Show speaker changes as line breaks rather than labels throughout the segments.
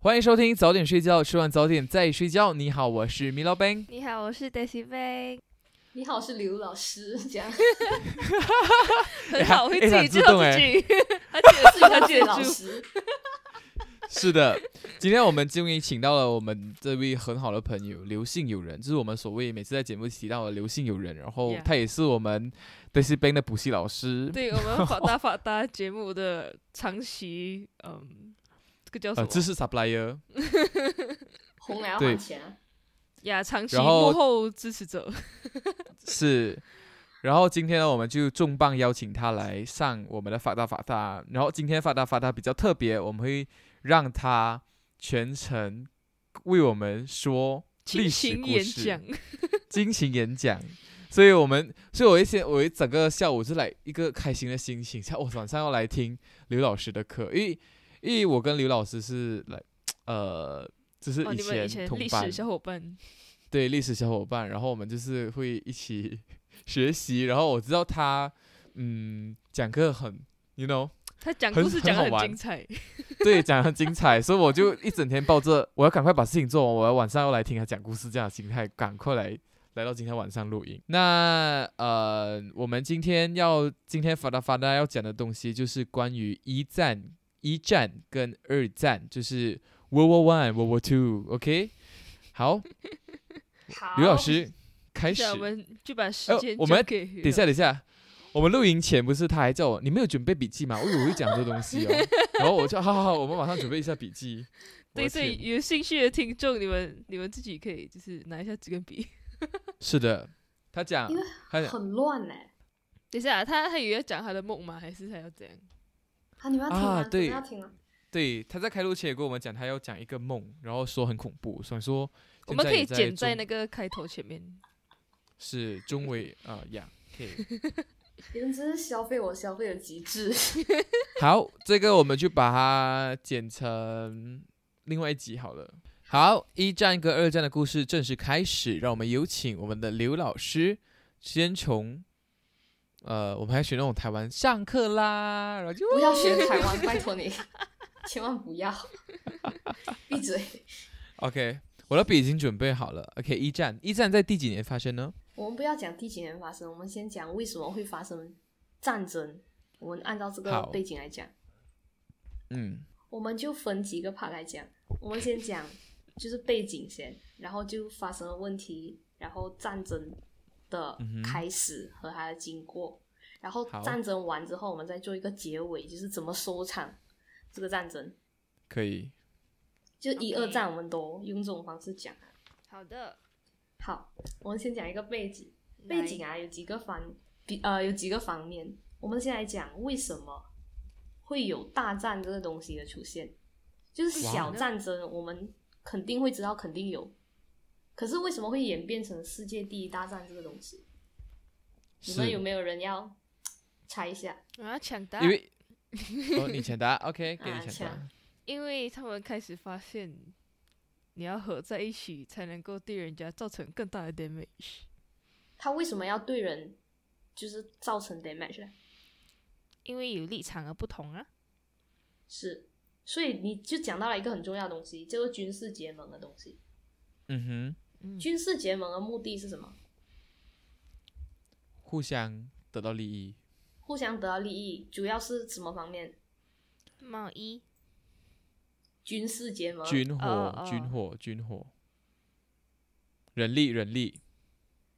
欢迎收听《早点睡觉》，吃完早点再睡觉。你好，我是米老板。
你好，我是 Daisy 贝。
你好，是刘老师，这样
很好，我会自
哎很
己
自
最后
动哎
自己，他记得自己，他记
是
得
老
住。
师。
是的，今天我们终于请到了我们这位很好的朋友刘姓友人，就是我们所谓每次在节目提到的刘姓友人，然后
Yeah
他也是我们 Daisy Bang 的补习老师，
对我们法大法大节目的长期，嗯，这个叫什
呃，
么？
知识 supplier，
红来要
对
还钱啊，
呀，长期
然后
幕后支持者。
是。然后今天呢，我们就重磅邀请他来上我们的法大法大。然后今天法大法大比较特别，我们会让他全程为我们说历
亲
史
情
故
演
事，
讲，
尽情演讲。所以我们，所以我一些，我一整个下午是来一个开心的心情，下午晚上要来听刘老师的课，因为因为我跟刘老师是来，呃，就是
哦，你们以前
同
历
班，
史小伙伴，
对历史小伙伴，然后我们就是会一起学习，然后我知道他，嗯，讲课很，you know，
他讲
很
故事
很
讲
好
的很
玩
精彩。
对，讲得很精彩，所以我就一整天抱着我要赶快把事情做完，我要晚上要来听他讲故事这样的心态，赶快来来到今天晚上录音。那呃，我们今天要今天发达发达要讲的东西就是关于一战、一战跟二战，就是 World War One、World War Two，OK？、好，
好，
刘老，师开始
现在。我们就把时
哎
间
我
交
们
给
等一下，等一下，我们录音前不是他还叫我，你没有准备笔记吗？我以为我会讲这东西哦，然后我就好好好，我们马上准备一下笔记。我
对，
的
所
天
以有兴趣的听众，你们你们自己可以就是拿一下纸跟笔。
是的，他讲
因为，
他讲
很乱呢。啊
等一下，他他有要讲他的梦吗？还是他要怎样？
啊，你们要听
啊
吗？
对
你们要听吗？
对，他在开录前也跟我们讲，他要讲一个梦，然后说很恐怖，所以说
我们
现
可以
也
剪
在中
在那个开头前面。
是中伟啊呀，可以。
你们真是消费我消费的极 致。
好，这个我们就把它剪成另外一集好了。好，一战跟二战的故事正式开始，让我们有请我们的刘老师先从，呃，我们还选那种台湾上课啦，然后就
不要学台湾，拜托你， 千万不要。 闭嘴！
OK，我的笔已经准备好了。OK，一战，一战在第几年发生呢？
我们不要讲第几年发生，我们先讲为什么会发生战争。我们按照这个
好
背景来讲，
嗯，
我们就分几个 part 来讲。我们先讲就是背景先，然后就发生了问题，然后战争的
嗯哼
开始和它的经过，然后
好
战争完之后，我们再做一个结尾，就是怎么收场这个战争。
可以。
就一
OK
二战，我们都用这种方式讲。
好的，
好，我们先讲一个背景。背景啊，有几个方比呃有几个方面，我们先来讲为什么会有大战这个东西的出现。就是
哇
小战争，我们肯定会知道，肯定有。可是为什么会演变成世界第一大战这个东西？你
是
们有没有人要猜一下？
我要抢答，
因为 哦，你抢答，OK，给你
啊
抢答
抢。
因为他们开始发现，你要合在一起才能够对人家造成更大的 damage。
他为什么要对人就是造成 damage？呢
因为有立场而不同啊。
是，所以你就讲到了一个很重要的东西，叫做军事结盟的东西。
嗯
嗯
军事结盟的目的是什么？
哼，互相得到利益，
互相得到利益，主要是什么方面？
贸易
军事结盟，
军火
哦，哦
军火，军火，人力，人力，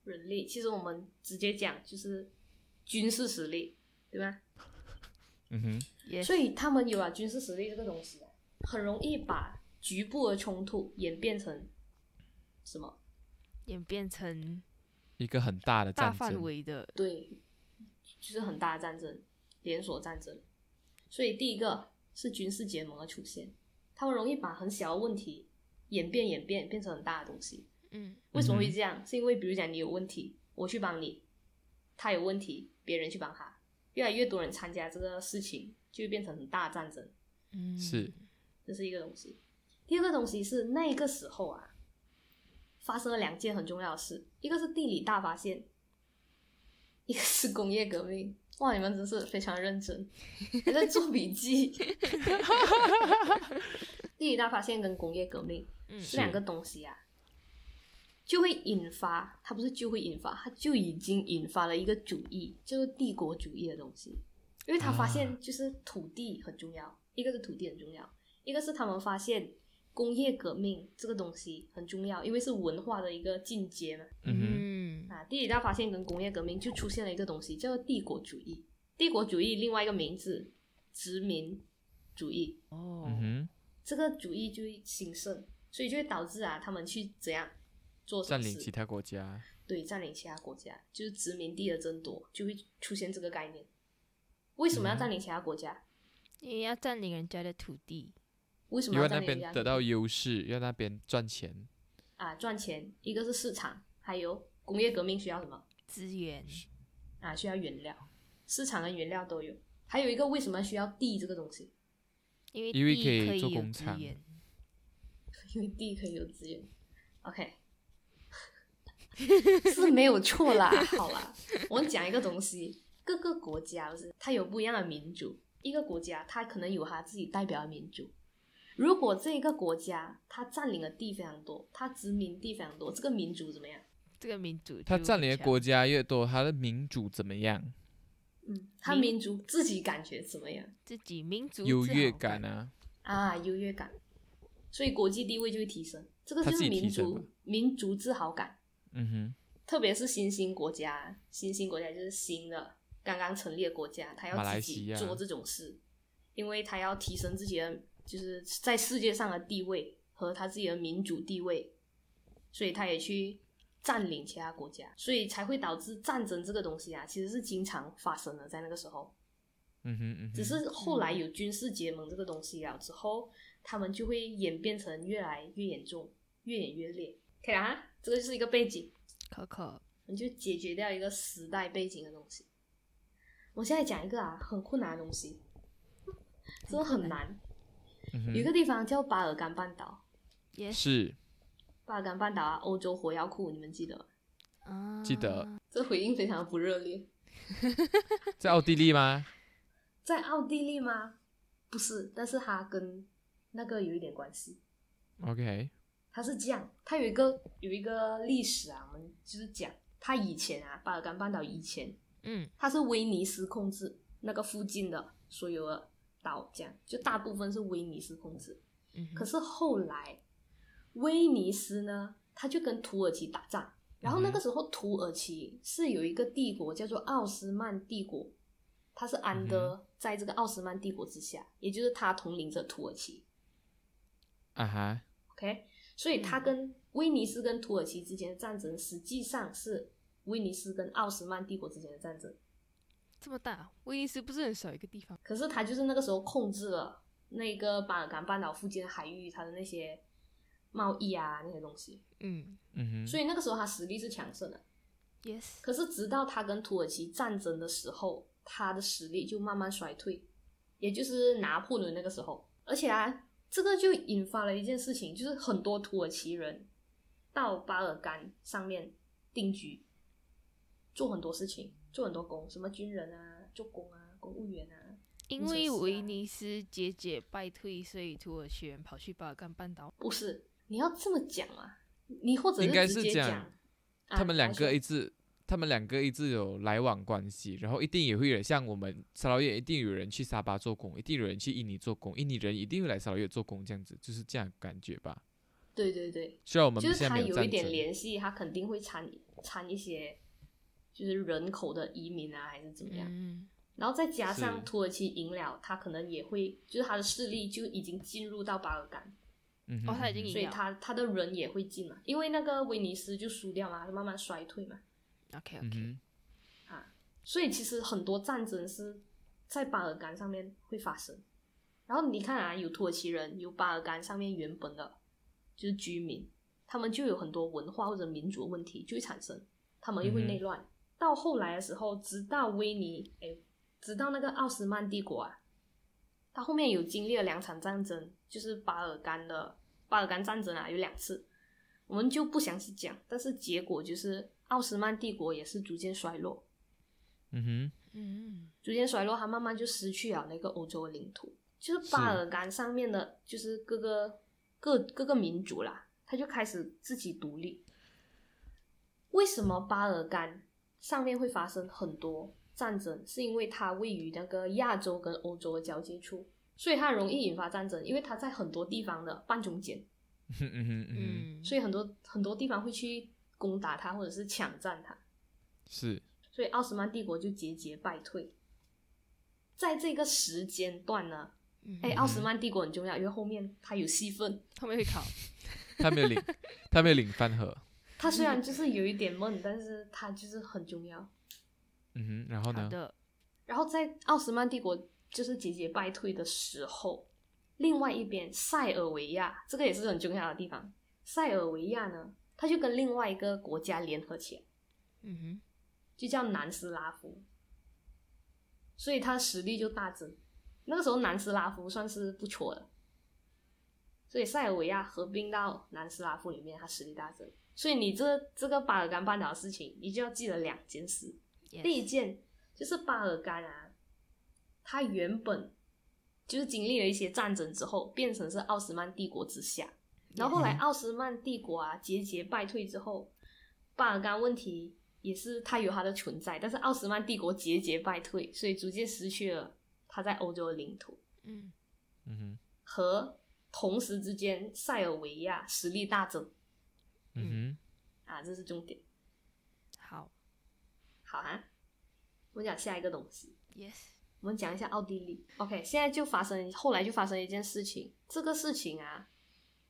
人力，其实我们直接讲就是军事实力，对吧？
嗯哼，
也
所以他们有了军事实力这个东西啊，很容易把局部的冲突演变成什么
演变成
一个很大的
大
战
范
争。
围的，
对，就是很大的战争，连锁战争。所以第一个是军事结盟的出现，他们容易把很小的问题演变演变变成很大的东西。
嗯
为什么会这样？是因为比如讲你有问题，我去帮你；他有问题，别人去帮他。越来越多人参加这个事情，就会变成很大的战争。
嗯，
是，
这是一个东西。第二个东西是那个时候啊，发生了两件很重要的事，一个是地理大发现，一个是工业革命。哇，你们真是非常认真，还在做笔记。 地理大发现跟工业革命
嗯
这两个东西啊，就会引发，它不是就会引发，它就已经引发了一个主义，就是帝国主义的东西。因为他发现就是土地很重要，一个是土地很重要，一个是他们发现工业革命这个东西很重要，因为是文化的一个进阶嘛。
嗯
嗯
啊，地理大发现跟工业革命就出现了一个东西，叫做帝国主义。帝国主义另外一个名字殖民主义。
哼，
哦
嗯哼，
这个主义就会兴盛，所以就会导致啊，他们去怎样做什么
占领
事
其他国家，
对占领其他国家，就是殖民地的争夺，就会出现这个概念。为什么要占领其他国家？
嗯
因为要占领人家的土地，
为什么
因为
要
那
占领人家
边得到优势，要那边赚钱，
啊赚钱？一个是市场，还有工业革命需要什么
资源，
啊？需要原料，市场跟原料都有。还有一个为什么需要地这个东西？
因为
因为
地
可以
以
做
有
工
资
厂
源，
因为地可以有资源。OK，是没有错啦。好啦，我们讲一个东西，各个国家不是它有不一样的民主，一个国家它可能有它自己代表的民主。如果这个国家它占领的地非常多，它殖民地非常多，这个民主怎么样？
这个民族
他
就
占
很
领的
强
国家越多，他的民主怎么样？
嗯，它民族自己感觉怎么样
自己民族
优
自
越
豪
感啊，
啊？优越感，所以国际地位就会提升，这个
它
就
自
是
己提
民
升吧
族民族自豪感。
嗯哼。
特别是新兴国家，新兴国家就是新的刚刚成立的国家，他
马
要
来
自
西
己
亚
做这种事，因为他要提升自己的就是在世界上的地位和他自己的民主地位，所以他也去占领其他国家，所以才会导致战争这个东西啊，其实是经常发生的，在那个时候，
嗯哼嗯哼，
只是后来有军事结盟这个东西了之后，他们就会演变成越来越严重，越演越烈。可以啦哈，这个就是一个背景。
可可，
你就解决掉一个时代背景的东西。我现在讲一个啊，很困难的东西，真的很难。
嗯哼
有一个地方叫巴尔干半岛，
也
是
巴尔干半岛啊，欧洲火药库，你们记得吗？
啊，
记得
这回应非常不热烈。
在奥地利吗？
在奥地利吗？不是，但是它跟那个有一点关系。
OK，
它是这样，它有一个有一个历史啊，我们就是讲它以前啊，巴尔干半岛以前
嗯
它是威尼斯控制那个附近的所有的岛，这样就大部分是威尼斯控制。
嗯哼，
可是后来，威尼斯呢，它就跟土耳其打仗，然后那个时候土耳其是有一个帝国叫做奥斯曼帝国，它是安德在这个奥斯曼帝国之下，也就是它统领着土耳其。
啊哈，
OK，所以它跟威尼斯跟土耳其之间的战争，实际上是威尼斯跟奥斯曼帝国之间的战争。
这么大，威尼斯不是很小一个地方，
可是他就是那个时候控制了那个巴尔干半岛附近的海域，它的那些贸易啊那些东西，
嗯
嗯哼，
所以那个时候他实力是强盛的。
，yes，
可是直到他跟土耳其战争的时候，他的实力就慢慢衰退，也就是拿破仑那个时候。而且啊，这个就引发了一件事情，就是很多土耳其人到巴尔干上面定居，做很多事情，做很多工，什么军人啊，做工啊，公务员啊，
因
你
为
怎么
威
想
尼斯节节败退，所以土耳其人跑去巴尔干半岛，
不是，你要这么讲啊，你或者
应该
直
是
接
这样
讲，啊
他们两个
来
一
说
直，他们两个一直有来往关系，然后一定也会有像我们沙捞越，一定有人去沙巴做工，一定有人去印尼做工，印尼人一定会来沙捞越做工，这样子就是这样感觉吧。
对对对，
虽然我们
就是
现在
他
没
有一
战
点
争，
联系，他肯定会掺掺一些，就是人口的移民啊，还是怎么样。
嗯，
然后再加
是
上土耳其赢了，他可能也会，就是他的势力就已经进入到巴尔干，
嗯哼
哦，他已经
嗯
赢
所以
了。
他他的人也会进嘛，因为那个威尼斯就输掉嘛，慢慢衰退嘛，
OK
嗯
OK，
哼，
啊，所以其实很多战争是在巴尔干上面会发生。然后你看啊，有土耳其人，有巴尔干上面原本的就是居民，他们就有很多文化或者民族问题就会产生，他们又
嗯
会
哼
内乱。到后来的时候，直到威尼，哎，直到那个奥斯曼帝国啊，他后面有经历了两场战争，就是巴尔干的巴尔干战争啊，有两次，我们就不详细讲。但是结果就是奥斯曼帝国也是逐渐衰落，
嗯哼，
嗯，
逐渐衰落，它慢慢就失去了那个欧洲的领土，就是巴尔干上面的，就是各个各各个民族啦，它就开始自己独立。为什么巴尔干上面会发生很多战争？是因为它位于那个亚洲跟欧洲的交界处，所以它容易引发战争，因为它在很多地方的半中间，
嗯哼嗯哼，嗯哼
嗯，
所以很多很多地方会去攻打它或者是抢占它。
是，
所以奥斯曼帝国就节节败退。在这个时间段呢，
以
哎，奥斯曼帝国很重要，因为后面它有戏份。
嗯后面会考，
他没有 领，他没有领饭盒。
它虽然就是有一点闷，但是它就是很重要。
嗯哼，然后
好
呢？
的，
然后在奥斯曼帝国就是节节败退的时候，另外一边塞尔维亚这个也是很重要的地方。塞尔维亚呢，它就跟另外一个国家联合起来，
嗯
就叫南斯拉夫，所以他实力就大增。那个时候南斯拉夫算是不错了，所以塞尔维亚合并到南斯拉夫里面，他实力大增。所以你这这个巴尔干半岛的事情，你就要记得两件事。
哼，
第一件就是巴尔干啊，它原本就是经历了一些战争之后，变成是奥斯曼帝国之下。然后后来奥斯曼帝国啊节节败退之后，巴尔干问题也是它有它的存在，但是奥斯曼帝国节节败退，所以逐渐失去了它在欧洲的领土。
嗯，
嗯
和同时之间，塞尔维亚实力大增
哼，嗯
啊，这是重点。
好
好啊，我们讲下一个东西。
，yes，
我们讲一下奥地利。OK，现在就发生，后来就发生一件事情，这个事情啊，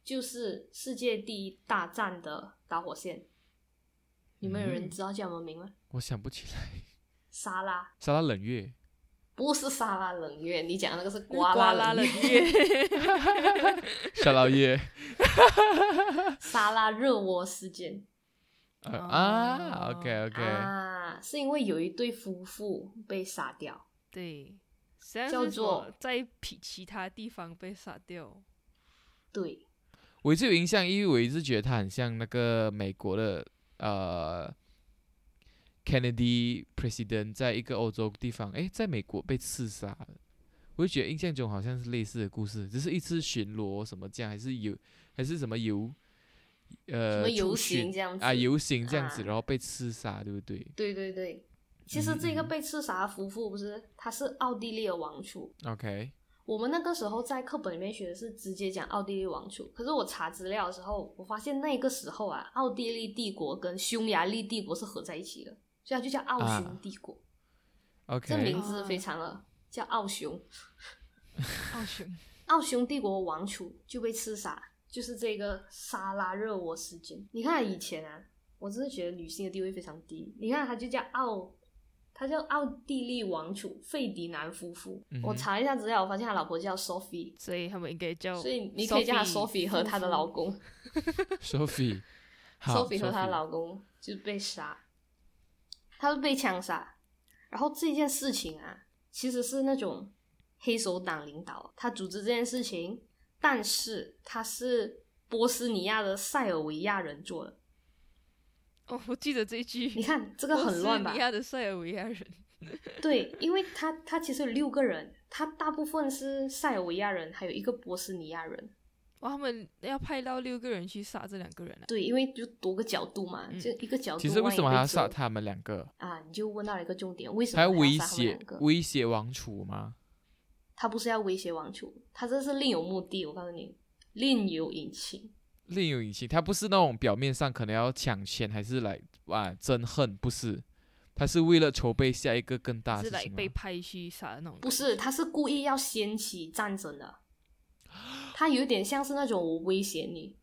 就是世界第一大战的导火线。你们有人
嗯
知道叫什么名吗？
哼，我想不起来。
沙拉，
沙拉冷月，
不是沙拉冷月，你讲的那个是
那是
拉
瓜拉
冷
冷
月，
月，
沙拉月，
沙拉热窝事件
呃啊，OK OK，
哦啊，是因为有一对夫妇被杀掉。
对，实际上
叫
是什
做
么在其其他地方被杀 掉，
对，
我一直有印象，因为我一直觉得他很像那个美国的呃 Kennedy President，在一个欧洲地方，诶，在美国被刺杀了。我就觉得印象中好像是类似的故事，只是一次巡逻什么这样，还是游还是什么游，
什
呃，
么
出
游行
巡
这样子
啊，游行这样子，
啊
然后被刺杀，对不对？
对对对。其实这个
嗯嗯嗯
被刺杀的夫妇不是，他是奥地利的王储，
OK，
我们那个时候在课本里面学的是直接讲奥地利王储，可是我查资料的时候，我发现那个时候啊，奥地利帝国跟匈牙利帝国是合在一起的，所以它就叫奥
啊
匈帝国。这
OK，
名字非常的叫奥匈，
奥匈，
奥匈帝国王储就被刺杀，就是这个沙拉热窝事件。你看以前啊，我真的觉得女性的地位非常低。你看，他就叫奥，他叫奥地利王储费迪南夫妇。
嗯哼
我查了一下资料，我发现他老婆叫 Sophie。
所以他们应该叫，
所以你可以叫她 Sophie 和她的老
公，
公
Sophie，好
，Sophie 和她的老公就是被杀，她是被枪杀。然后这件事情啊，其实是那种黑手党领导他组织这件事情，但是他是波斯尼亚的塞尔维亚人做的。
哦，我记得这一句，
你看这个
波
很
斯
乱吧
尼？亚的塞尔维亚人，
对，因为他他其实有六个人，他大部分是塞尔维亚人，还有一个波斯尼亚人。
哇，他们要派到六个人去杀这两个人啊！
对，因为就多个角度嘛，
嗯
就一个角度。
其实为什么
万
还
一被
要杀
揍
他们两个？
啊？你就问到了一个重点，为什么
还要
要
威
杀他们
胁
两个
威胁王储吗？
他不是要威胁王储，他这是另有目的。我告诉你，另有隐情。
另有隐情，他不是那种表面上可能要抢钱，还是来啊憎恨，不是，他是为了筹备下一个更大的
是
事
来
情吗
被派去杀的那种感觉。
不是，他是故意要掀起战争的。它有点像是那种我威胁你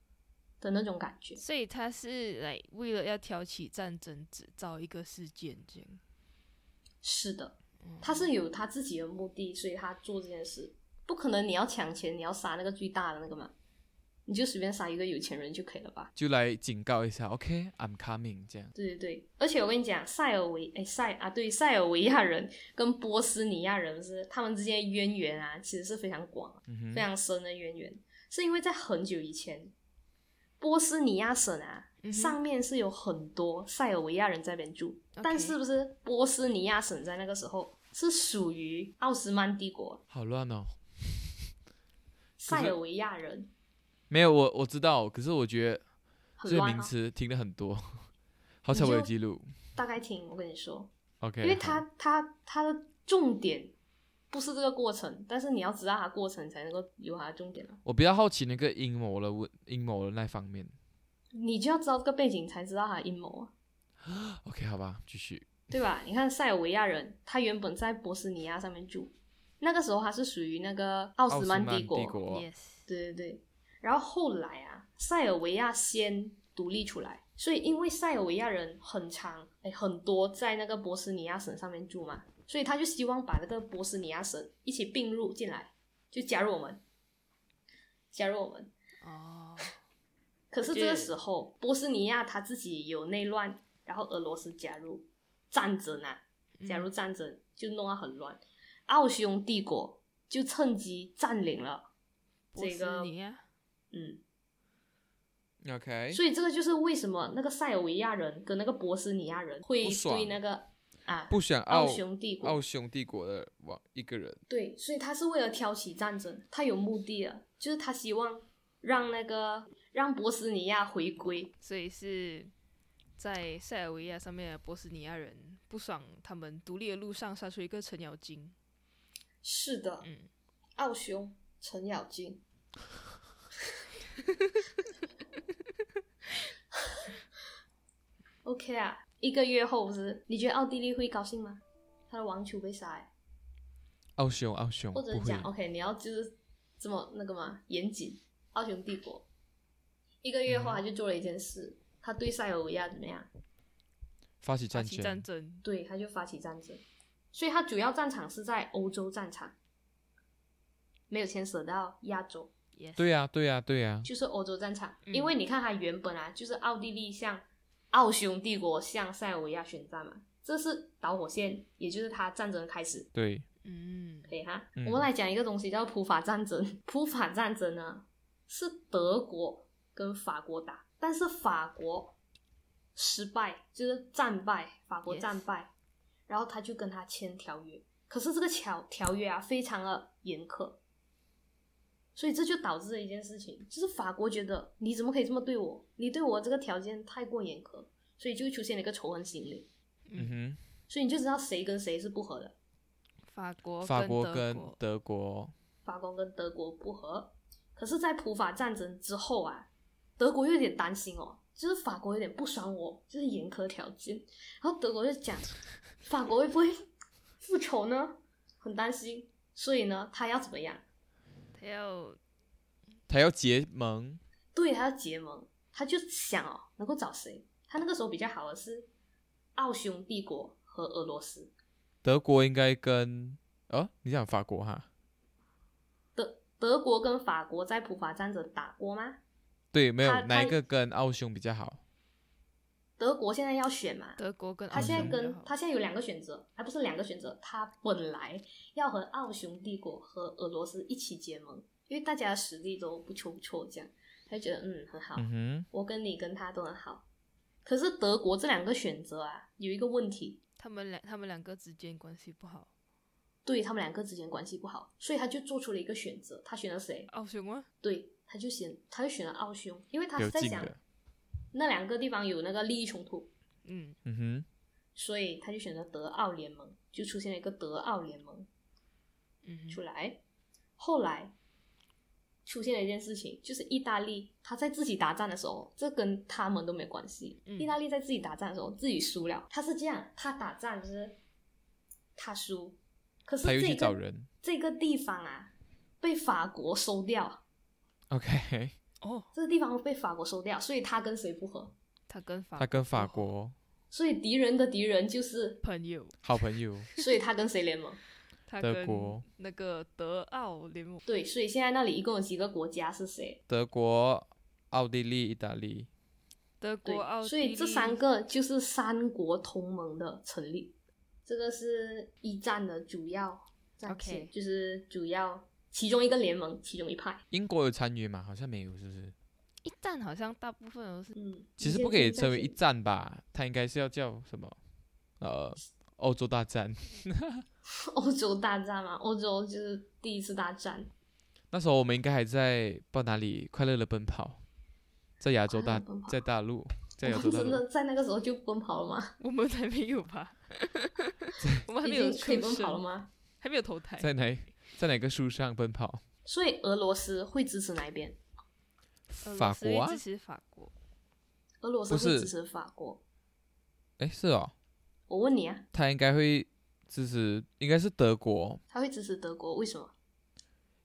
的那种感觉。
所以他是来为了要挑起战争，制造一个事件这样。
是的，他是有他自己的目的，所以他做这件事，不可能你要抢钱，你要杀那个最大的那个嘛，你就随便杀一个有钱人就可以了吧？
就来警告一下，OK，I'm、coming 这样。
对对对，而且我跟你讲，塞尔维哎塞啊，对，塞尔维亚人跟波斯尼亚人是他们之间的渊源啊，其实是非常广、
嗯
非
哼，
常深的渊源，是因为在很久以前，波斯尼亚省啊、
嗯哼
上面是有很多塞尔维亚人在那边住，但是不是波斯尼亚省在那个时候是属于奥斯曼帝国，
好乱哦。
塞尔维亚人
没有，我我知道，可是我觉得
很
这个
乱
名
啊。
词听了很多，好彩我有记录。
大概听我跟你说，
OK，
因为
好
它它它的重点不是这个过程，但是你要知道它过程才能够有它的重点嘛。啊
我比较好奇那个阴谋的问阴谋的那方面。
你就要知道这个背景，才知道它的阴谋啊，
OK，好吧，继续。
对吧？你看塞尔维亚人，他原本在波斯尼亚上面住，那个时候他是属于那个奥
奥
斯
斯
曼
曼
帝国，
帝国
OK，yes，
对对对。然后后来啊，塞尔维亚先独立出来，所以因为塞尔维亚人很长，哎，很多在那个波斯尼亚省上面住嘛，所以他就希望把那个波斯尼亚省一起并入进来，就加入我们，加入我们。
哦，
可是这
就
个
是
时候，波斯尼亚他自己有内乱，然后俄罗斯加入战争啊，加入战争就弄得很乱。奥匈帝国就趁机占领了
波
这个
斯，尼亚
嗯，
OK，
所以这个就是为什么那个塞尔维亚人跟那个波斯尼亚人会
不爽
对那个啊
不想
奥
奥
匈帝国
奥匈帝国的王一个人。
对，所以他是为了挑起战争，他有目的的，就是他希望让那个让波斯尼亚回归，
所以是在塞尔维亚上面的波斯尼亚人不爽他们独立的路上杀出一个程咬金。
是的，
嗯，
奥匈程 咬金。OK 啊，一个月后不是？你觉得奥地利会高兴吗？他的王储被杀、欸，
奥匈，奥匈，
或
不
者你讲
会，
OK，你要就是这么那个嘛，严谨。奥匈帝国一个月后，
嗯
他就做了一件事，他对塞尔维亚怎么样？
发起
发
战
起
争。
战争，
对，他就发起战争，所以他主要战场是在欧洲战场，没有牵扯到亚洲。
yes，
对呀、对呀、对啊呀、
就是欧洲战场，
嗯
因为你看它原本啊，就是奥地利向奥匈帝国向塞尔维亚宣战嘛，这是导火线，也就是它战争的开始。
对，
嗯，
可以哈，
嗯
我们来讲一个东西叫普法战争。普法战争呢是德国跟法国打，但是法国失败，就是战败，法国
Yes
战败然后他就跟他签条约，可是这个条条约啊非常的严苛，所以这就导致了一件事情，就是法国觉得你怎么可以这么对我？你对我这个条件太过严苛，所以就出现了一个仇恨心理，
嗯
所以你就知道谁跟谁是不合的。
法国
哼，法
嗯国
国跟德国，
法国跟德国不和。可是，在普法战争之后啊，德国又有点担心哦，就是法国有点不爽我，就是严苛条件。然后德国就讲，法国会不会复仇呢？很担心，所以呢，他要怎么样？
他要
他要结盟，
对，他要结盟，他就想哦，能够找谁？他那个时候比较好的是奥匈帝国和俄罗斯。
德国应该跟哦，你讲法国哈？
德德国跟法国在普法战争打过吗？
对，没有
他
哪
他
一个跟奥匈比较好？
德国现在要选嘛？
德国
嗯
跟
他现在
奥匈
跟
比较好
他现在有两个选择，还不是两个选择，他本来要和奥匈帝国和俄罗斯一起结盟，因为大家的实力都不错不错，这样他就觉得嗯很好，
嗯
我跟你跟他都很好。可是德国这两个选择啊，有一个问题，
他们两他们两个之间关系不好，
对他们两个之间关系不好，所以他就做出了一个选择，他选了谁？
奥匈吗？
对，他就选他就选了奥匈，因为他
哼，有
在
劲
想
的，
那两个地方有那个利益冲突，
嗯，
嗯哼。
所以他就选择德奥联盟，就出现了一个德奥联盟。
嗯
出来。后来出现了一件事情，就是意大利他在自己打仗的时候，这跟他们都没关系。
嗯
意大利在自己打仗的时候自己输了，他是这样，他打仗就是他输，可是
他又
这
去
个
找人，
这个地方啊被法国收掉，
OK，
哦，
这个地方被法国收掉，所以他跟谁不和？
他跟法
他跟法
国
国
所以敌人的敌人就是，
朋友，
好朋友
所以他跟谁联盟？
他
德
跟
国
那个德奥联盟，
对，所以现在那里一共有几个国家是谁？
德国、奥地利、意大利。
德
对
国、奥，地
所以这
利
三个就是三国同盟的成立，这个是一战的主要战线
OK
就是主要其中一个联盟，其中一派。
英国有参与吗？好像没有，是不是？
一战好像大部分都是
嗯，
其实
你
不
先
可以
听再
称为一
说
战吧，它应该是要叫什么？呃，欧洲大战。
欧洲大战嘛，欧洲就是第一次大战，
那时候我们应该还在不知道哪里快乐的奔跑，在亚洲大
快乐地奔跑
在大陆，在亚
我
啊洲
们
大
真
陆
的在那个时候就奔跑了吗？
我们还没有 吧？我们还
已
没有
经可以
出
奔跑了
生，
吗？
还没有投胎。
在哪在哪个树上奔跑？
所以俄罗斯会支持哪一边？呃
俄
法
罗斯
国啊
会？支持法国，
俄罗斯
不
会
是
支持法国？
哎，是哦，
我问你啊，
他应该会支持，应该是德国，
他会支持德国，为什么？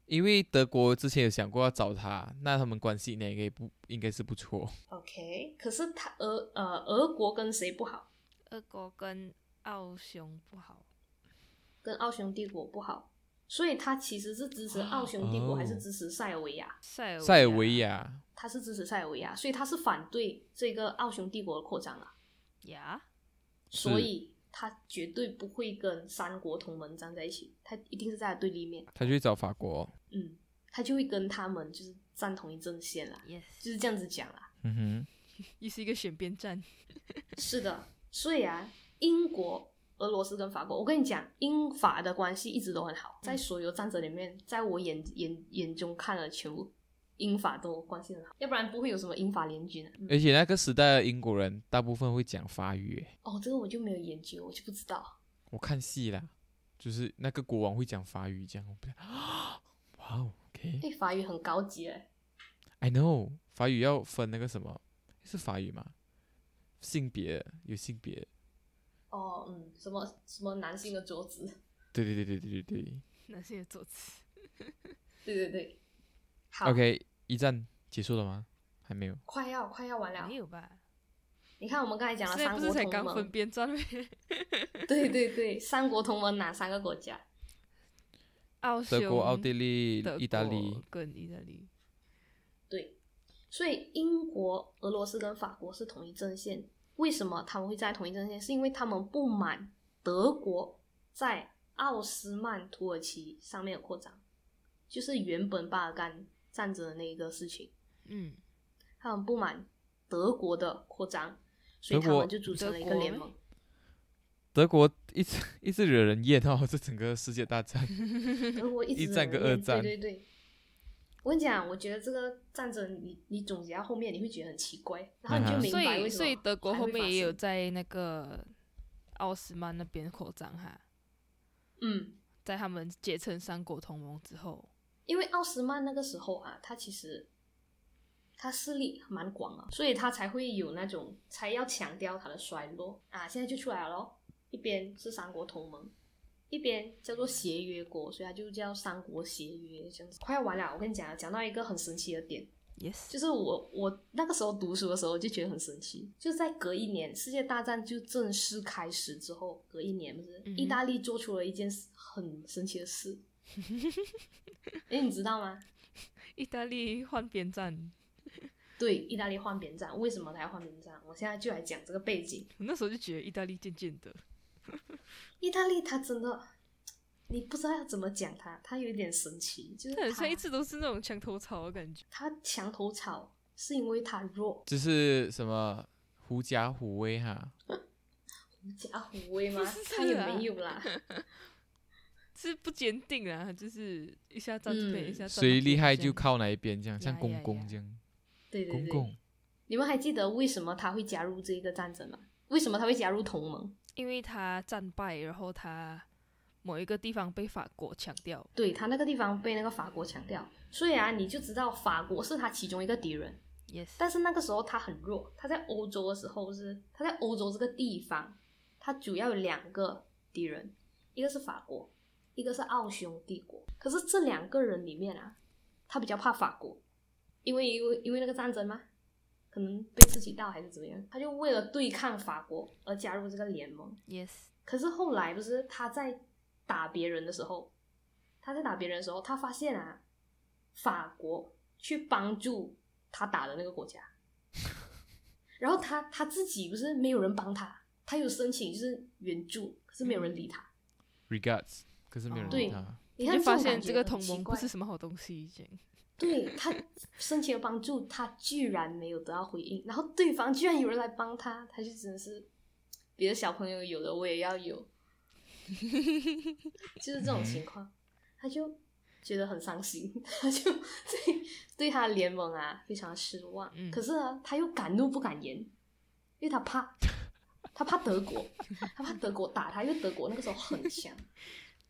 因为德国之前有想过要找他，那他们关系应该也不应该是不错。
OK，可是他俄呃俄国跟谁不好？
俄国跟奥匈不好，
跟奥匈帝国不好，所以他其实是支持奥匈帝国
哦
还是支持塞尔维亚？
塞尔
塞尔
维
维亚，
他是支持塞尔维亚，所以他是反对这个奥匈帝国的扩张啊，
呀，
所以他绝对不会跟三国同盟站在一起，他一定是在对立面，
他就去找法国。
嗯，他就会跟他们就是站同一阵线啦，
yes，
就是这样子讲啊啦。
嗯哼，
又是一个选边站。
是的，所以啊，英国、俄罗斯跟法国，我跟你讲，英法的关系一直都很好，
嗯
在所有战争里面，在我眼眼眼中看了全部。英法都关系很好，要不然不会有什么英法联军、啊。
而且那个时代的英国人大部分会讲法语，诶
哦，这个我就没有研究，我就不知道。
我看戏啦，就是那个国王会讲法语，这样我不哇哦，OK，I、
哎，法语很高级哎，
I know，法语要分那个什么，是法语吗？性别有性别，
哦，嗯，什么什么男性的桌子，
对对对对对对对。
那些作词
对对对。好
OK，一战结束了吗？还没有。
快要快要完了
没。有吧？
你看我们刚才讲了
现在
三
不
国
是才
同
刚分
盟，
边站吗？
对对对，三国同盟哪三个国家？
奥匈、
德国、奥地利
德、
意大利
国，跟意大利，
对，所以英国、俄罗斯跟法国是同一阵线。为什么他们会在同一阵线？是因为他们不满德国在奥斯曼土耳其上面有扩张，就是原本巴尔干战争的那一个事情，
嗯，
他们不满德国的扩张，所以
德
他
国
们就组成了一个
德国
联盟。
德国一直一直惹人厌哦，这整个世界大 战。
德国一直
一战
有
跟
人
二
念
战
对对对。我跟你讲，我觉得这个战争你，你总结到后面，你会觉得很奇怪，然后你
嗯哼
就明
所
白为
以
什么
所以德国
还
后
会发
面也有
生
在那个奥斯曼那边扩张哈，
嗯，
在他们结成三国同盟之后，
因为奥斯曼那个时候啊，他其实他势力蛮广啊，所以他才会有那种才要强调他的衰落啊。现在就出来了咯，一边是三国同盟，一边叫做协约国，所以它就叫三国协约这样子。快要完了，我跟你讲，讲到一个很神奇的点，
yes，
就是我我那个时候读书的时候，我就觉得很神奇，就在隔一年世界大战就正式开始之后，隔一年不是、
嗯哼
意大利做出了一件很神奇的事，哎，你知道吗？
意大利换边站，
对，意大利换边站，为什么它要换边站？我现在就来讲这个背景。
我那时候就觉得意大利渐渐的，
意大利它真的，你不知道要怎么讲它，它有点神奇，就是
它很像一
它
直都是那种墙头草的感觉，
它墙头草是因为它弱，
就是什么狐假虎威哈，
假虎威 吗？
是
它也
啊
没有 啦，
是不坚定啊，就是一下站这边，
嗯
一下站那边
谁厉害就
这样
靠哪一边，这样
呀
像公
呀呀
公这样，
对对
公
对。
公
你们还记得为什么他会加入这个战争吗？为什么他会加入同盟？
因为他战败，然后他某一个地方被法国抢掉，
对他那个地方被那个法国强调，所以啊，你就知道法国是他其中一个敌人。
yes，
但是那个时候他很弱，他在欧洲的时候是他在欧洲这个地方，他主要有两个敌人，一个是法国，一个是奥匈帝国。可是这两个人里面啊，他比较怕法国，因为因为因为那个战争嘛，可能被刺激到还是怎么样，他就为了对抗法国而加入这个联盟。
Yes，
可是后来不是他在打别人的时候，他在打别人的时候，他发现啊，法国去帮助他打的那个国家，然后他他自己不是没有人帮他，他有申请就是援助，可是没有人理他。
regards，可是没
哦
有人
对
理他。
你
嗯就
看，
发现这个
同
同盟不是什么好东西，已经。
对他申请了帮助，他居然没有得到回应，然后对方居然有人来帮他，他就真的是别的小朋友有的我也要有，就是这种情况，他就觉得很伤心，他就对对他的联盟啊非常失望。
嗯
可是呢，他又敢怒不敢言，因为他怕，他怕德国，他怕德国打他，因为德国那个时候很强。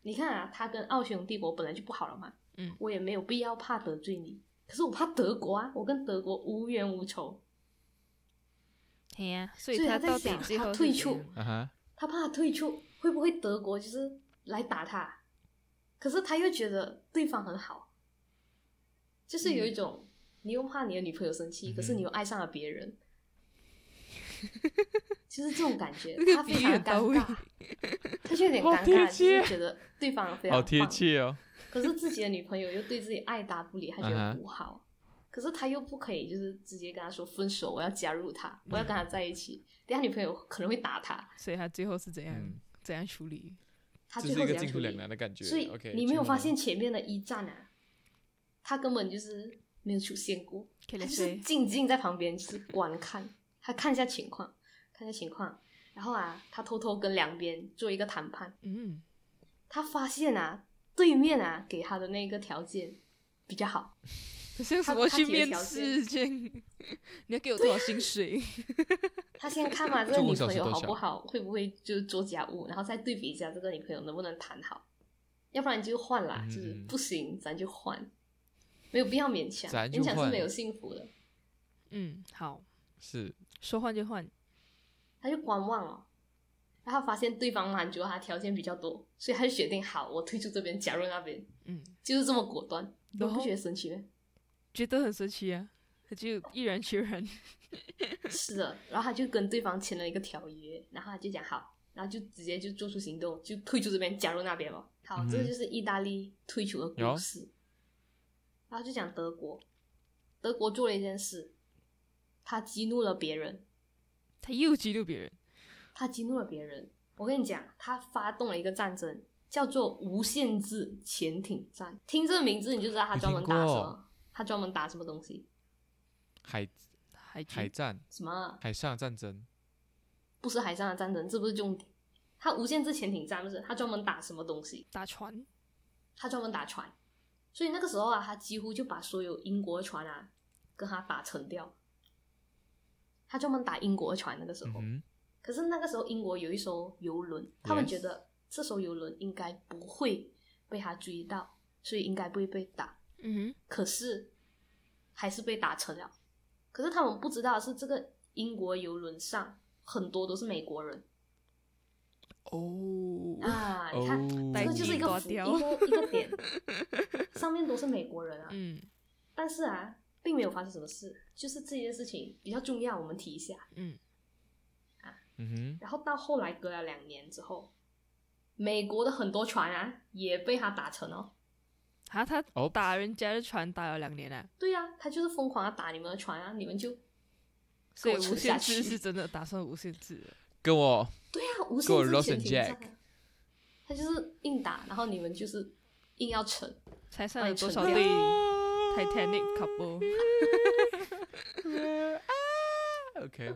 你看啊，他跟奥匈帝国本来就不好了嘛，
嗯，
我也没有必要怕得罪你。可是我怕德国啊，我跟德国无冤无仇，
嘿呀，所
以
以
他在
到底
想
最
他
后是
退
怎
出
样
啊哈，
他怕退出，会不会德国就是来打他？可是他又觉得对方很好，就是
嗯
有一种、你又怕你的女朋友生气，
嗯哼
可是你又爱上了别人，就是这种感觉
这，个
他
比
非
喻
常
很到
尴
位
尬，他就有点尴
好贴
尬，就
切
是觉得对啊方非常
好贴
棒
切哦。
可是自己的女朋友又对自己爱答不 理，他觉
嗯
得
哼
不好。可是他又不可以，就是直接跟他说分手，我要加入他，我要跟他在一起。等下女朋友可能会打他，
所以他最后是怎样
嗯
怎样处理？
他
这
最
是
后
一个
怎样
进
处
退两
理？
难的感觉。
所以
OK，
你没有
最后
发
呢
现前面的一战啊，他根本就是没有出现过，
可
他
以
就是静静在旁边就是观看，他看一下情况，看一下情况，然后啊，他偷偷跟两边做一个谈判。
嗯，
他发现啊，对面啊给他的那个条件比较好，
可是用什
他
么
他
去
提的
面
条
试？这样 你要给我多少薪水？
他先 看嘛，这个
做工
女
小
朋
时
友
多
好
小
不好，会不会就是做家务，然后再对比一下这个女朋友能不能谈好，要不然就换啦，
嗯
就是
嗯
不行咱就换，没有必要勉强，
咱就
勉强
换
是没有幸福的。
嗯，好，
是
说换就换。
他就观望哦，然后发现对方满足他条件比较多，所以他就决定好，我退出这边，加入那边，
嗯，
就是这么果断。你
然后
不觉得神奇吗？
觉得很神奇啊，他就毅然决然。
是的，然后他就跟对方签了一个条约，然后他就讲好，然后就直接就做出行动，就退出这边，加入那边嘛。好，
嗯哼
这个就是意大利退出的
有
故事。然后就讲德国，德国做了一件事，他激怒了别人，
他又激怒别人，
他激怒了别人。我跟你讲，他发动了一个战争，叫做无限制潜艇战。听这个名字你就知道他专门打
有
什
听过
么，他专门打什么东西，
海
海军
海战、
什么
海上战争，
不是海上的战争，这不是重点。他无限制潜艇战不是，他专门打什么东西？
打船，
他专门打船，所以那个时候啊，他几乎就把所有英国船啊跟他打沉掉。他专门打英国船那个时
嗯
候，
哼，
可是那个时候英国有一艘游轮，他们
Yes
觉得这艘游轮应该不会被他追到，所以应该不会被打。
嗯
可是还是被打沉了。可是他们不知道的是这个英国游轮上很多都是美国人
哼，哦，
啊，你看
哦，
这
白
个就是一个
白
浮一
掉
个一个点， 上面都是美国人啊。
嗯
但是啊，并没有发生什么事，就是这件事情比较重要，我们提一下。
嗯，
嗯
然后到后来隔了两年之后，美国的很多船啊也被他打沉哦。
啊，他
哦
打人家的船打了两年啊，
对呀、啊，他就是疯狂的打你们的船啊，你们就
所以
给我
无
沉下
限制
去
是真的打算无限制了，
哼，跟我
对啊，无
给
限
我
制
Ross
潜
and
艇战啊、他就是硬打，然后你们就是硬要沉。
才算有
把你
多
沉
少
掉
对 Titanic couple？
OK，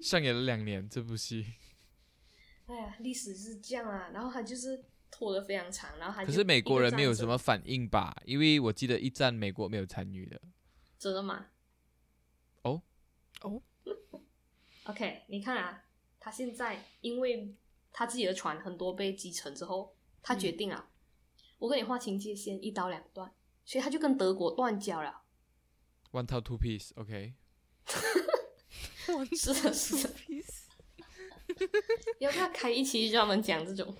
上演了两年这部戏，
哎呀，历史是这样啊，然后他就是拖得非常长，然后他
可
就是
美国人没有什
啊一
么
个
反应吧？因为我记得一战美国没有参与的。
战争真的吗？
哦
哦
OK，你看啊，他现在因为他自己的船很多被击沉之后，他决定啊，我跟你划清界限，一刀两断，所以他就跟德国断交了。
One Two Two Piece，OK，、
我
是的是的
Peace
要不要开一期专门讲这种？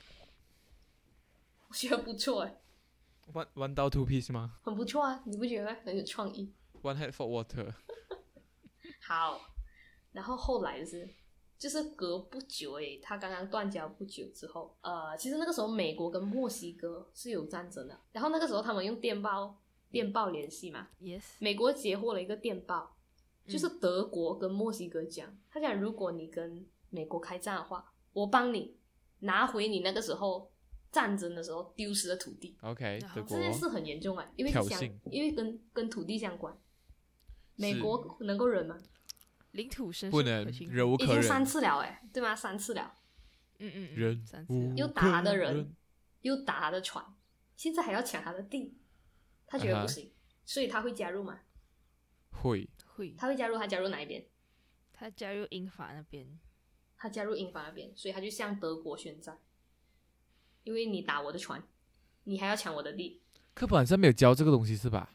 我觉得不错哎、
one one 到 two piece 吗
很不错啊，你不觉得很有创意？
？One head for water，
好，然后后来就是就是隔不久诶，他刚刚断交不久之后，呃，其实那个时候美国跟墨西哥是有战争的，然后那个时候他们用电报电报联系嘛，
Yes，
美国截获了一个电报，
嗯
就是德国跟墨西哥讲，他讲如果你跟美国开战的话，我帮你拿回你那个时候战争的时候丢失的土地。
OK，
然后
德
啊这
国
件事很严重啊，因为
挑
相
衅
因为跟跟土地相关，美
是
国能够忍吗？
领土神
不能忍无
已
可
经
忍，
三次了哎，对吗？三次了，
嗯嗯，嗯
忍
三次
无
了
又打他的
可
人又打他的船，现在还要抢他的地，他觉
啊
得
哈
不行，所以他会加入嘛？
会
会，
他会加入，他加入哪一边？
他加入英法那边，
他加入英法那边，所以他就向德国宣战，因为你打我的船，你还要抢我的地。
课本上没有教这个东西是吧？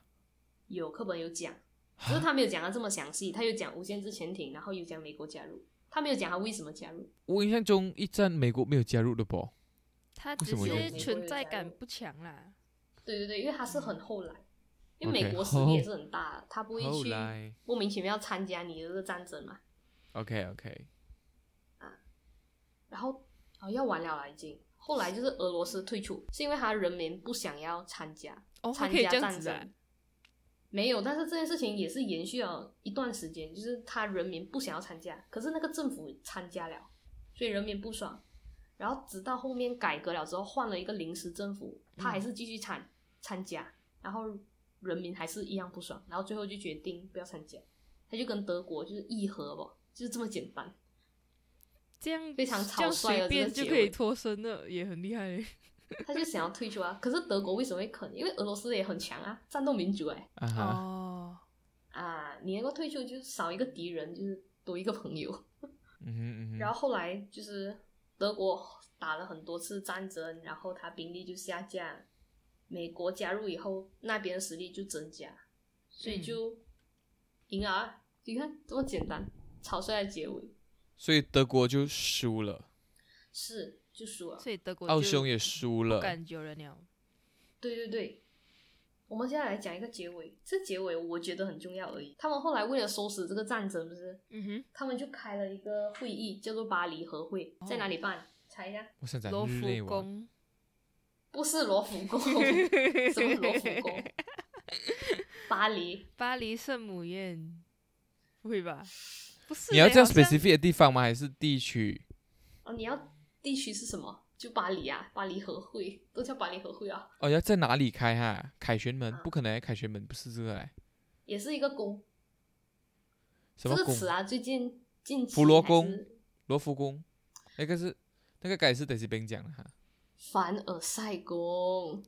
有课本有讲，
啊
只是他没有讲的这么详细，他有讲无限制潜艇，然后有讲美国加入，他没有讲他为什么加入。
我印象中一战美国没有加入的不？
他
为
只
什么
是
有
存在感不强啦。
对对对，因为他是很后来，因为
OK，
美国实力也是很大，他不会
后
去
来
莫名其妙参加你的这个战争嘛。
OK OK，
然后哦要完了啦已经。后来就是俄罗斯退出，是因为他人民不想要参加，
哦，还
参
可以
加
这样
战
子
争。
啊？
没有，但是这件事情也是延续了一段时间，就是他人民不想要参加，可是那个政府参加了，所以人民不爽。然后直到后面改革了之后，换了一个临时政府，他还是继续参、参加，然后人民还是一样不爽，然后最后就决定不要参加，他就跟德国就是议和吧，就是这么简单。
这样
非常
这
草
样随
率的这个
便就
结
可以
尾
脱身了，也很厉害嘞。
他就想要退出啊。可是德国为什么会肯？因为俄罗斯也很强啊，战斗民族哎、
啊 哈，
哦，
啊，你能够退出就是少一个敌人，就是多一个朋友。
嗯哼嗯哼，
然后后来就是德国打了很多次战争，然后他兵力就下降，美国加入以后，那边的实力就增加，所以就赢而、你看这么简单，草率的结尾
所以德国就输了，
是就输了。
所以德国
奥
就
匈也呃输
不
了，
敢救人了。
对对对，我们现在来讲一个结尾，这结尾我觉得很重要而已。他们后来为了收拾这个战争，不是
嗯
他们就开了一个会议，叫做巴黎和会，
哦
在哪里办？猜一下，
我想
哼，
讲
罗
日内
浮
瓦，
宫，
不是罗浮 宫，哦什么罗浮宫？巴黎
巴黎圣母院，不会吧？不是嘞，欸
你要这样
好像
specific 的地方吗？还是地区？
哦，你要地区是什么？就巴黎啊，巴黎和会都叫巴黎和会啊，
哦，要在哪里开哈？凯旋
嗯
门不可能，凯旋门不是这个哎，
也是一个宫。
什
这
么
个
宫？
词啊，最近近期
佛罗
还
宫
是
罗浮宫，那个是那个该是得是别人讲的哈。
凡尔赛宫。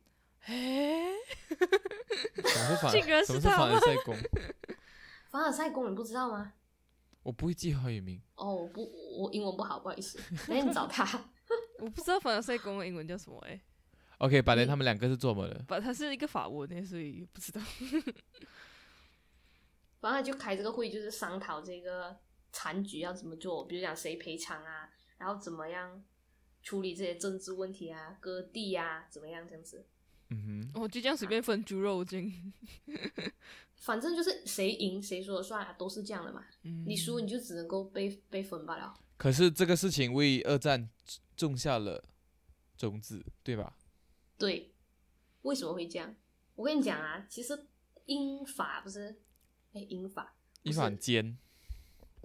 诶
什么是反？
竟然
什
是
么是
他
凡尔赛宫？
凡尔赛宫你不知道吗？
我不会记好有名，
哦，我不，我英文不好，不好意思。那你找他，
我不知道凡尔赛宫的英文叫什么诶，
OK，把人他们两个是做么的？
反它是一个法文诶，所以不知道。
然后他就开这个会，就是商讨这个残局要怎么做，比如讲谁赔偿啊，然后怎么样处理这些政治问题啊，割地啊，怎么样这样子。
嗯
我就这样随便分猪肉筋。
反正就是谁赢谁说了算啊，都是这样的嘛。
嗯
你输你就只能够被被分罢
哼。
了。
可是这个事情为二战种下了种子，对吧？
对，为什么会这样？我跟你讲啊，其实英法不是，哎，英法，
一反奸，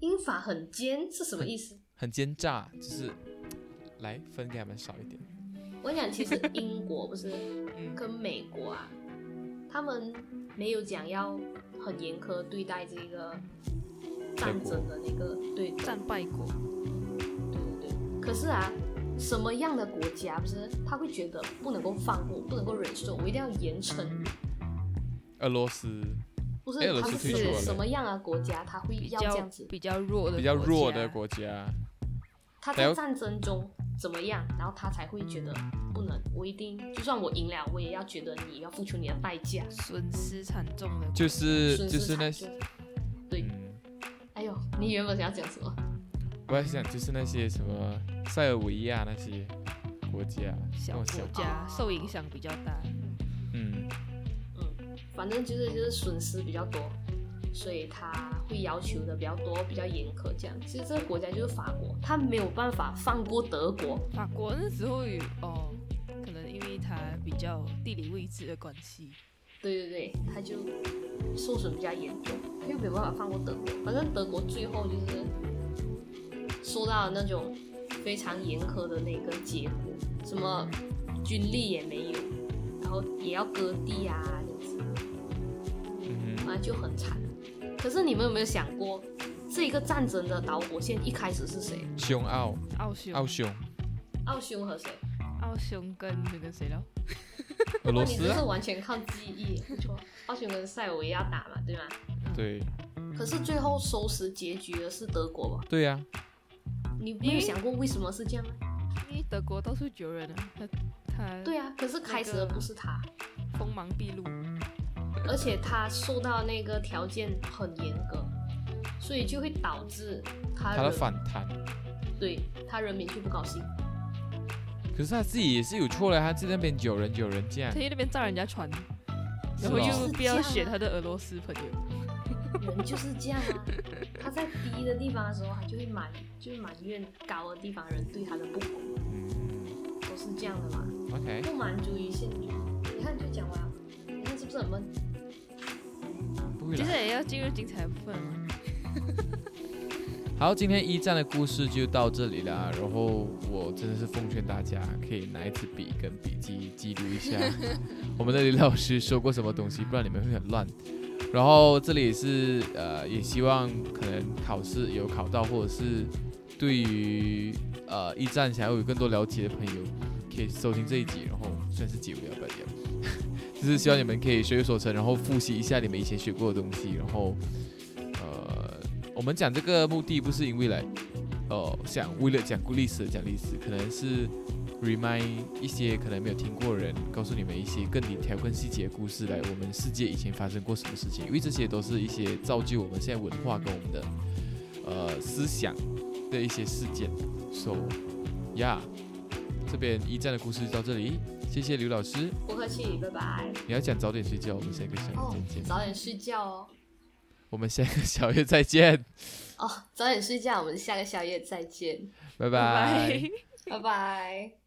英法很奸是什么意思？
很奸诈，就是来分给他们少一点。
我跟你讲，其 实英国不是
嗯
跟美国啊，他们没有讲要很严苛对待这个战争的那个，对对
战败国，
对对。可是啊，什么样的国家不是他会觉得不能够放过，不能够忍受，我一定要严惩？
俄罗斯
不是
嗯哎俄罗，斯
他们
退
出了
是什么样的国家他会
比
要这
较
样子？
比较弱的
比较弱的
国
国家，
他
还
在
有
战争中怎么样，然后他才会觉得不能，我一定，就算我赢了，我也要觉得你要付出你的代价。
家，损失惨重的国
就是
损
就
失
是那
惨
些，
重对
嗯，
哎呦，你原本想要讲什么？
我在想就是那些什么塞尔维亚那些国家，那
小
哦种小哦
国家，受影响比较大。
嗯
反正就是就是损失比较多，所以他会要求的比较多，比较严苛这样。其实这个国家就是法国，他没有办法放过德国，
法国那时候有哦，可能因为它比较地理位置的关系，
对对对，他就受损比较严重，他就没有办法放过德国。反正德国最后就是受到那种非常严苛的那个结果，什么军力也没有，然后也要割地啊这样子。
嗯哼
啊，就很惨。可是你们有没有想过，这一个战争的导火线一开始是谁？
凶奥
奥匈
奥 匈
奥匈和谁？
奥匈跟那个谁了？
俄
那
罗
你
斯
这是
啊，
完全靠记忆，没错。奥匈跟塞尔维亚打嘛，对吗？
对
可是最后收拾结局的是德国吧？
对啊呀、
你没有想过为什么是这样吗？
因为德国到处救人啊，他他
对啊，可是开始的不是他，
锋芒毕露，
嗯
而且他受到那个条件很严格，所以就会导致他
他的
人
反弹。
对他人民就不高兴。
可是他自己也是有错的，他在那边有人有人这样
他，去那边炸人家船，
是
然后
哦
又不要
是这
选
样啊
他的俄罗斯朋友，
人就是这样啊，他在低的地方的时候，他就会埋，就是埋怨高的地方人对他的不公，
嗯
都是这样的嘛，
，OK，
不满足于现状。你看，就讲完了，你看是不是很闷？
不会
接
啦
下。来要进入精彩的部分了。
好，今天一战的故事就到这里啦。然后我真的是奉劝大家，可以拿一支笔跟笔记记录一下我们的李老师说过什么东西，不然你们会很乱。然后这里是呃，也希望可能考试有考到，或者是对于呃一战想要有更多了解的朋友，可以收听这一集。然后虽然是节目要不要讲， 就是希望你们可以学有所成，然后复习一下你们以前学过的东西，然后呃。我们讲这个目的不是因为来，呃，想为了讲故历史而讲历史，可能是 remind 一些可能没有听过的人，告诉你们一些更 detail、更细节的故事，来我们世界以前发生过什么事情，因为这些都是一些造就我们现在文化跟我们的呃思想的一些事件。So yeah，这边一战的故事就到这里，谢谢刘老师。
不客气，拜拜。
你要讲早点睡觉，我们下个小
哦
月再见。，
早点睡觉哦。
我们下个小月再见，
哦，早点睡觉，我们下个宵夜再见，
拜
拜。
拜拜。